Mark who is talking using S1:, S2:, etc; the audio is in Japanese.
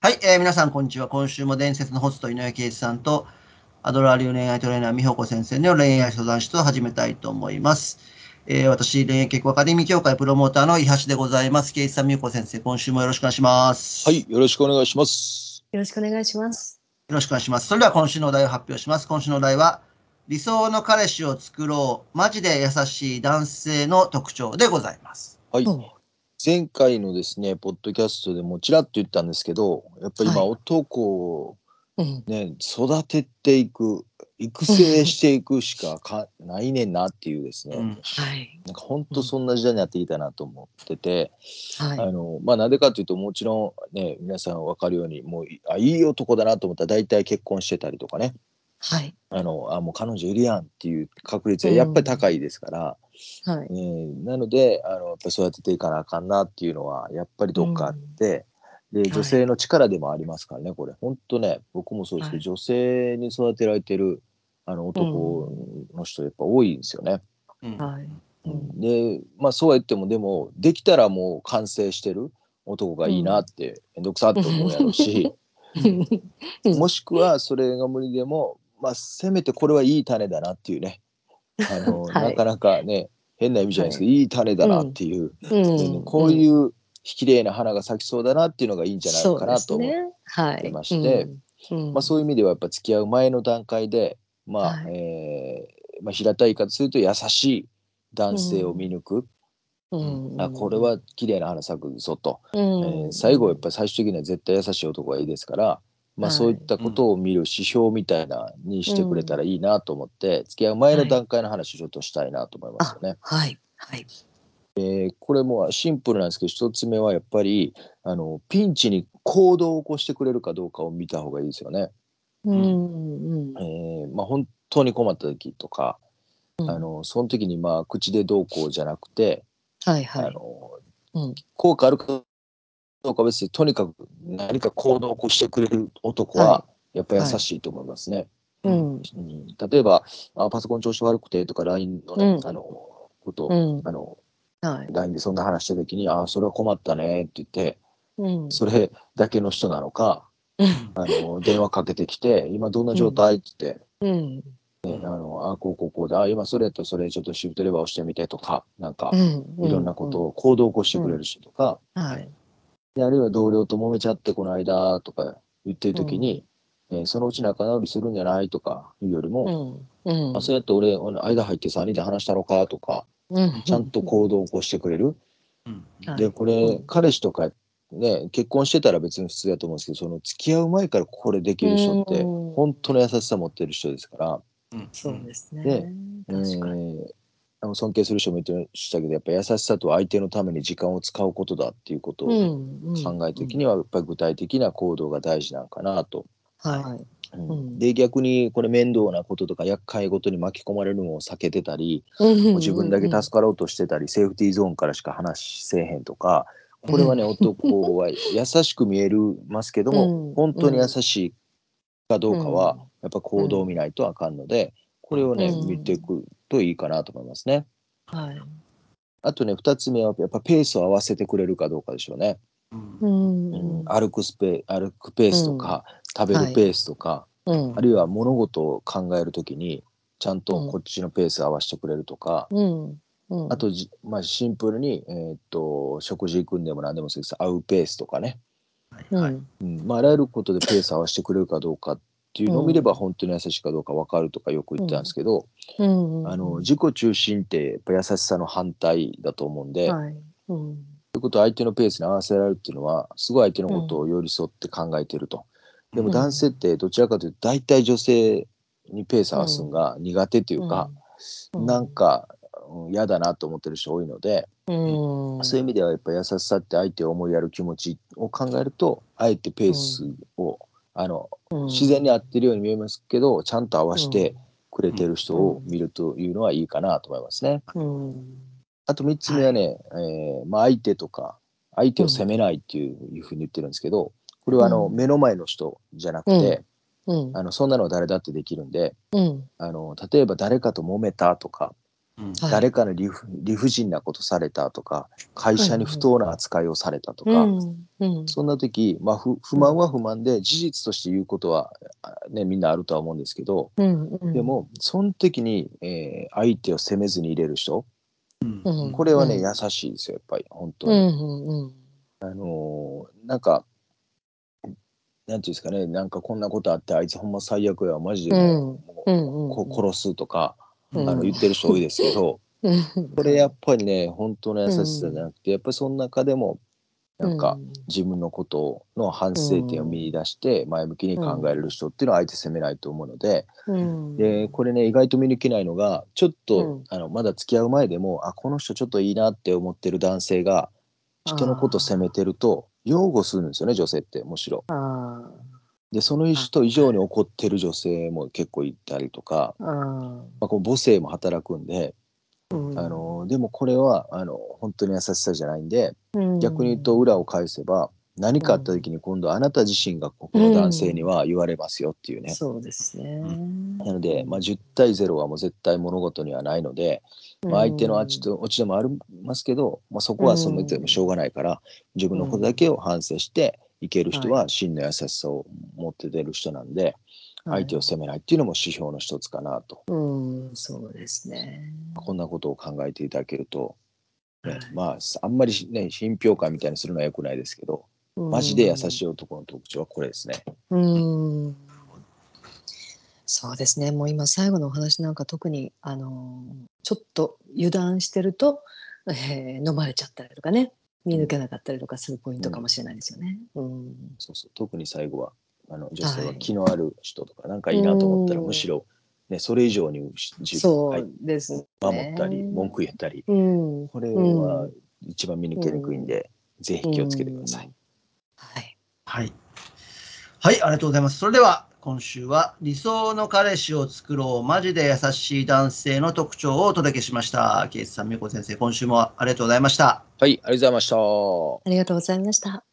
S1: はい、えー、皆さん、こんにちは。今週も伝説のホスト、井上圭一さんと、アドラー流恋愛トレーナー、美穂子先生の恋愛相談室を始めたいと思います。えー、私、恋愛結婚アカデミー協会プロモーターの伊橋でございます。圭一さん、美穂子先生、今週もよろしくお願いします。
S2: はい、よろしくお願いします。
S3: よろしくお願いします。
S1: よろしくお願いします。それでは今週のお題を発表します。今週のお題は、理想の彼氏を作ろう、マジで優しい男性の特徴でございます。
S2: はい。前回のですねポッドキャストでもちらっと言ったんですけどやっぱり今男をね、ね、はい、育てていく育成していくしかかないねんなっていうですね、うん、はい、なんか本当そんな時代になってきたなと思ってて、はい、あのまあなぜかというともちろんね皆さん分かるようにもうあいい男だなと思ったら大体結婚してたりとかね、
S3: はい、
S2: あのあもう彼女いるやんっていう確率はやっぱり高いですから、
S3: うん、はい
S2: えー、なのであのやっぱ育てていかなあかんなっていうのはやっぱりどっかあって、うん、で女性の力でもありますからね、はい、これ本当ね僕もそうですけど、はい、女性に育てられてるあの男の人やっぱ多いんですよね。
S3: うん、はい
S2: うん、でまあそうは言ってもでもできたらもう完成してる男がいいなって面倒くさって思うやろう し。もしくはそれが無理でもまあ、せめてこれはいい種だなっていうねあの、 はい、なかなかね変な意味じゃないですけど、はい、いい種だなっていう、うんうん、こういう綺麗な花が咲きそうだなっていうのがいいんじゃないかなと思ってまして、ねはいうん、まあ、そういう意味ではやっぱ付き合う前の段階で、まあえー、まあ、平たい言い方すると優しい男性を見抜く。あこれは綺麗な花咲くぞと、えー、最後やっぱり最終的には絶対優しい男がいいですから、まあ、そういったことを見る指標みたいなにしてくれたらいいなと思って、はいうん、付き合う前の段階の話をちょっとしたいなと思いますよね。
S3: はい、はい
S2: えー、これもシンプルなんですけど1つ目はやっぱりあのピンチに行動を起こしてくれるかどうかを見た方がいいですよね。
S3: うん
S2: えーまあ、本当に困った時とか、うん、あのその時にまあ口でどうこうじゃなくて、
S3: はいはい、あ
S2: の効果あるかどう別にとにかく何か行動を起こしてくれる男はやっぱり優しいと思いますね。
S3: はいはいうん、
S2: 例えばあパソコン調子悪くてとか LINE の、ね,うん、あのこと、うん、あの
S3: はい、
S2: LINE でそんな話した時に「ああそれは困ったね」って言って、それだけの人なのか、あの電話かけてきて「今どんな状態?」って言って。
S3: うん
S2: ね、あのあこうこうこうであ今それとそれちょっとシフトレバーをしてみてとかなんか、いろんなことを行動を起こしてくれる人とか、
S3: はい
S2: であるいは同僚と揉めちゃってこの間とか言ってる時に、うん、えー、そのうち仲直りするんじゃないとかいうよりも、
S3: うんうん、
S2: あそうやって俺間入って3人で話したのかとか、
S3: うん、
S2: ちゃんと行動を起こしてくれる。
S3: うん、
S2: でこれ、彼氏とか、ね、結婚してたら別に普通だと思うんですけどその付き合う前からこれできる人って本当の優しさ持ってる人ですから。
S3: そうですねで、えー
S2: あの尊敬する人も言ってましたけどやっぱ優しさと相手のために時間を使うことだっていうことを考えた時にはやっぱり具体的な行動が大事なんかなと。
S3: はい
S2: うん、で逆にこれ面倒なこととか厄介ごとに巻き込まれるのを避けてたり、うんうん、自分だけ助かろうとしてたりセーフティーゾーンからしか話せえへんとかこれはね男は優しく見えるますけども本当に優しいかどうかはやっぱ行動を見ないとあかんのでこれをね見ていくといいかなと思いますね。
S3: はい、
S2: あとね2つ目はやっぱペースを合わせてくれるかどうかでしょうね。
S3: うん、うん、
S2: 歩くスペ歩くペースとか、うん、食べるペースとか、
S3: はい、
S2: あるいは物事を考える時にちゃんとこっちのペース合わせてくれるとか、
S3: うん、
S2: あとまあ、シンプルに、えー、っと食事行くんでも何でもそうです会うペースとかね、
S3: はい
S2: うんまあ、あらゆることでペース合わせてくれるかどうかっていうのを見れば本当に優しいかどうか分かるとかよく言ったんですけど、
S3: うん、
S2: あの自己中心ってやっぱ優しさの反対だと思うんで、
S3: はいうん、
S2: ということは相手のペースに合わせられるっていうのはすごい相手のことを寄り添って考えてると、でも男性ってどちらかというと大体女性にペース合わすのが苦手というか、うんうん、なんか嫌だなと思ってる人多いので、
S3: うん、
S2: そういう意味ではやっぱ優しさって相手を思いやる気持ちを考えるとあえてペースを、あの、うん、自然に合ってるように見えますけどちゃんと合わせてくれてる人を見るというのはいいかなと思いますね。
S3: うん、
S2: あと3つ目はね、はい、えー、まあ、相手とか相手を責めないっていう,、ふうに言ってるんですけどこれはあの、目の前の人じゃなくて、
S3: うん、
S2: あのそんなの誰だってできるんで、
S3: あ
S2: の例えば誰かと揉めたとか、
S1: うん
S3: はい
S2: 誰かの理不理不尽なことされたとか会社に不当な扱いをされたとか、
S3: うんうん
S2: そんな時、まあ、不不満は不満で事実として言うことは、あね、みんなあるとは思うんですけど
S3: うんうん
S2: でもその時に、えー相手を責めずに入れる人
S1: うん
S3: うん
S2: これはね、
S3: うん
S2: 優しいですよやっぱり本当
S3: う
S2: に。
S3: んうんうん
S2: あのーなんかなんていうんですかねなんかこんなことあってあいつほんま最悪やマジでもう
S3: う
S2: も
S3: ん
S2: うん
S3: う
S2: こ殺すとか、
S1: うん
S2: あの言ってる人多いですけど、
S3: うん
S2: これやっぱりね本当の優しさじゃなくて、やっぱりその中でもなんか、自分のことの反省点を見出して前向きに考えれる人っていうのは相手責めないと思うので,、
S3: うん
S2: でこれね意外と見抜けないのがちょっと、
S3: うん
S2: あのまだ付き合う前でもあこの人ちょっといいなって思ってる男性が人のこと責めてると擁護するんですよね女性ってむしろ。
S3: あー
S2: でその人以上に怒ってる女性も結構いたりとか、
S3: あー
S2: まあ、こう母性も働くんで、
S3: うん
S2: あのでもこれはあの本当に優しさじゃないんで
S3: うん
S2: 逆に言うと裏を返せば何かあった時に今度あなた自身がここの男性には言われますよっていうね、
S3: そうですね、
S2: うなので、まあ、10対0はもう絶対物事にはないので、まあ、相手のあっちと落ちでもありますけど、まあ、そこはそのてもしょうがないから自分のことだけを反省していける人は真の優しさを持って出る人なんで相手を責めないっていうのも指標の一つかなと
S3: うん、うんそうですね
S2: こんなことを考えていただけると、ね
S3: はい
S2: まああんまりね品評会みたいにするのは良くないですけどマジで優しい男の特徴はこれですね。
S3: うんそうですねもう今最後のお話なんか特にあのちょっと油断してると、えー飲まれちゃったりとかね見抜けなかったりとかするポイントかもしれないですよね。うん
S2: そうそう特に最後はあの女性
S3: は
S2: はい気のある人とか、なんかいいなと思ったら
S3: うん
S2: むしろ、ね、それ以上にし自分
S3: そ
S2: はいう
S3: ですね。
S2: 守ったり文句言ったり
S3: うん、
S2: これは一番見抜けにくいんで、ぜひ気をつけてください。
S3: はい。
S1: はい。はい、ありがとうございます。それでは、今週は理想の彼氏を作ろう、マジで優しい男性の特徴をお届けしました。ケイスさん、みこ先生、今週もありがとうございました。
S2: はいありがとうございました。
S3: ありがとうございました。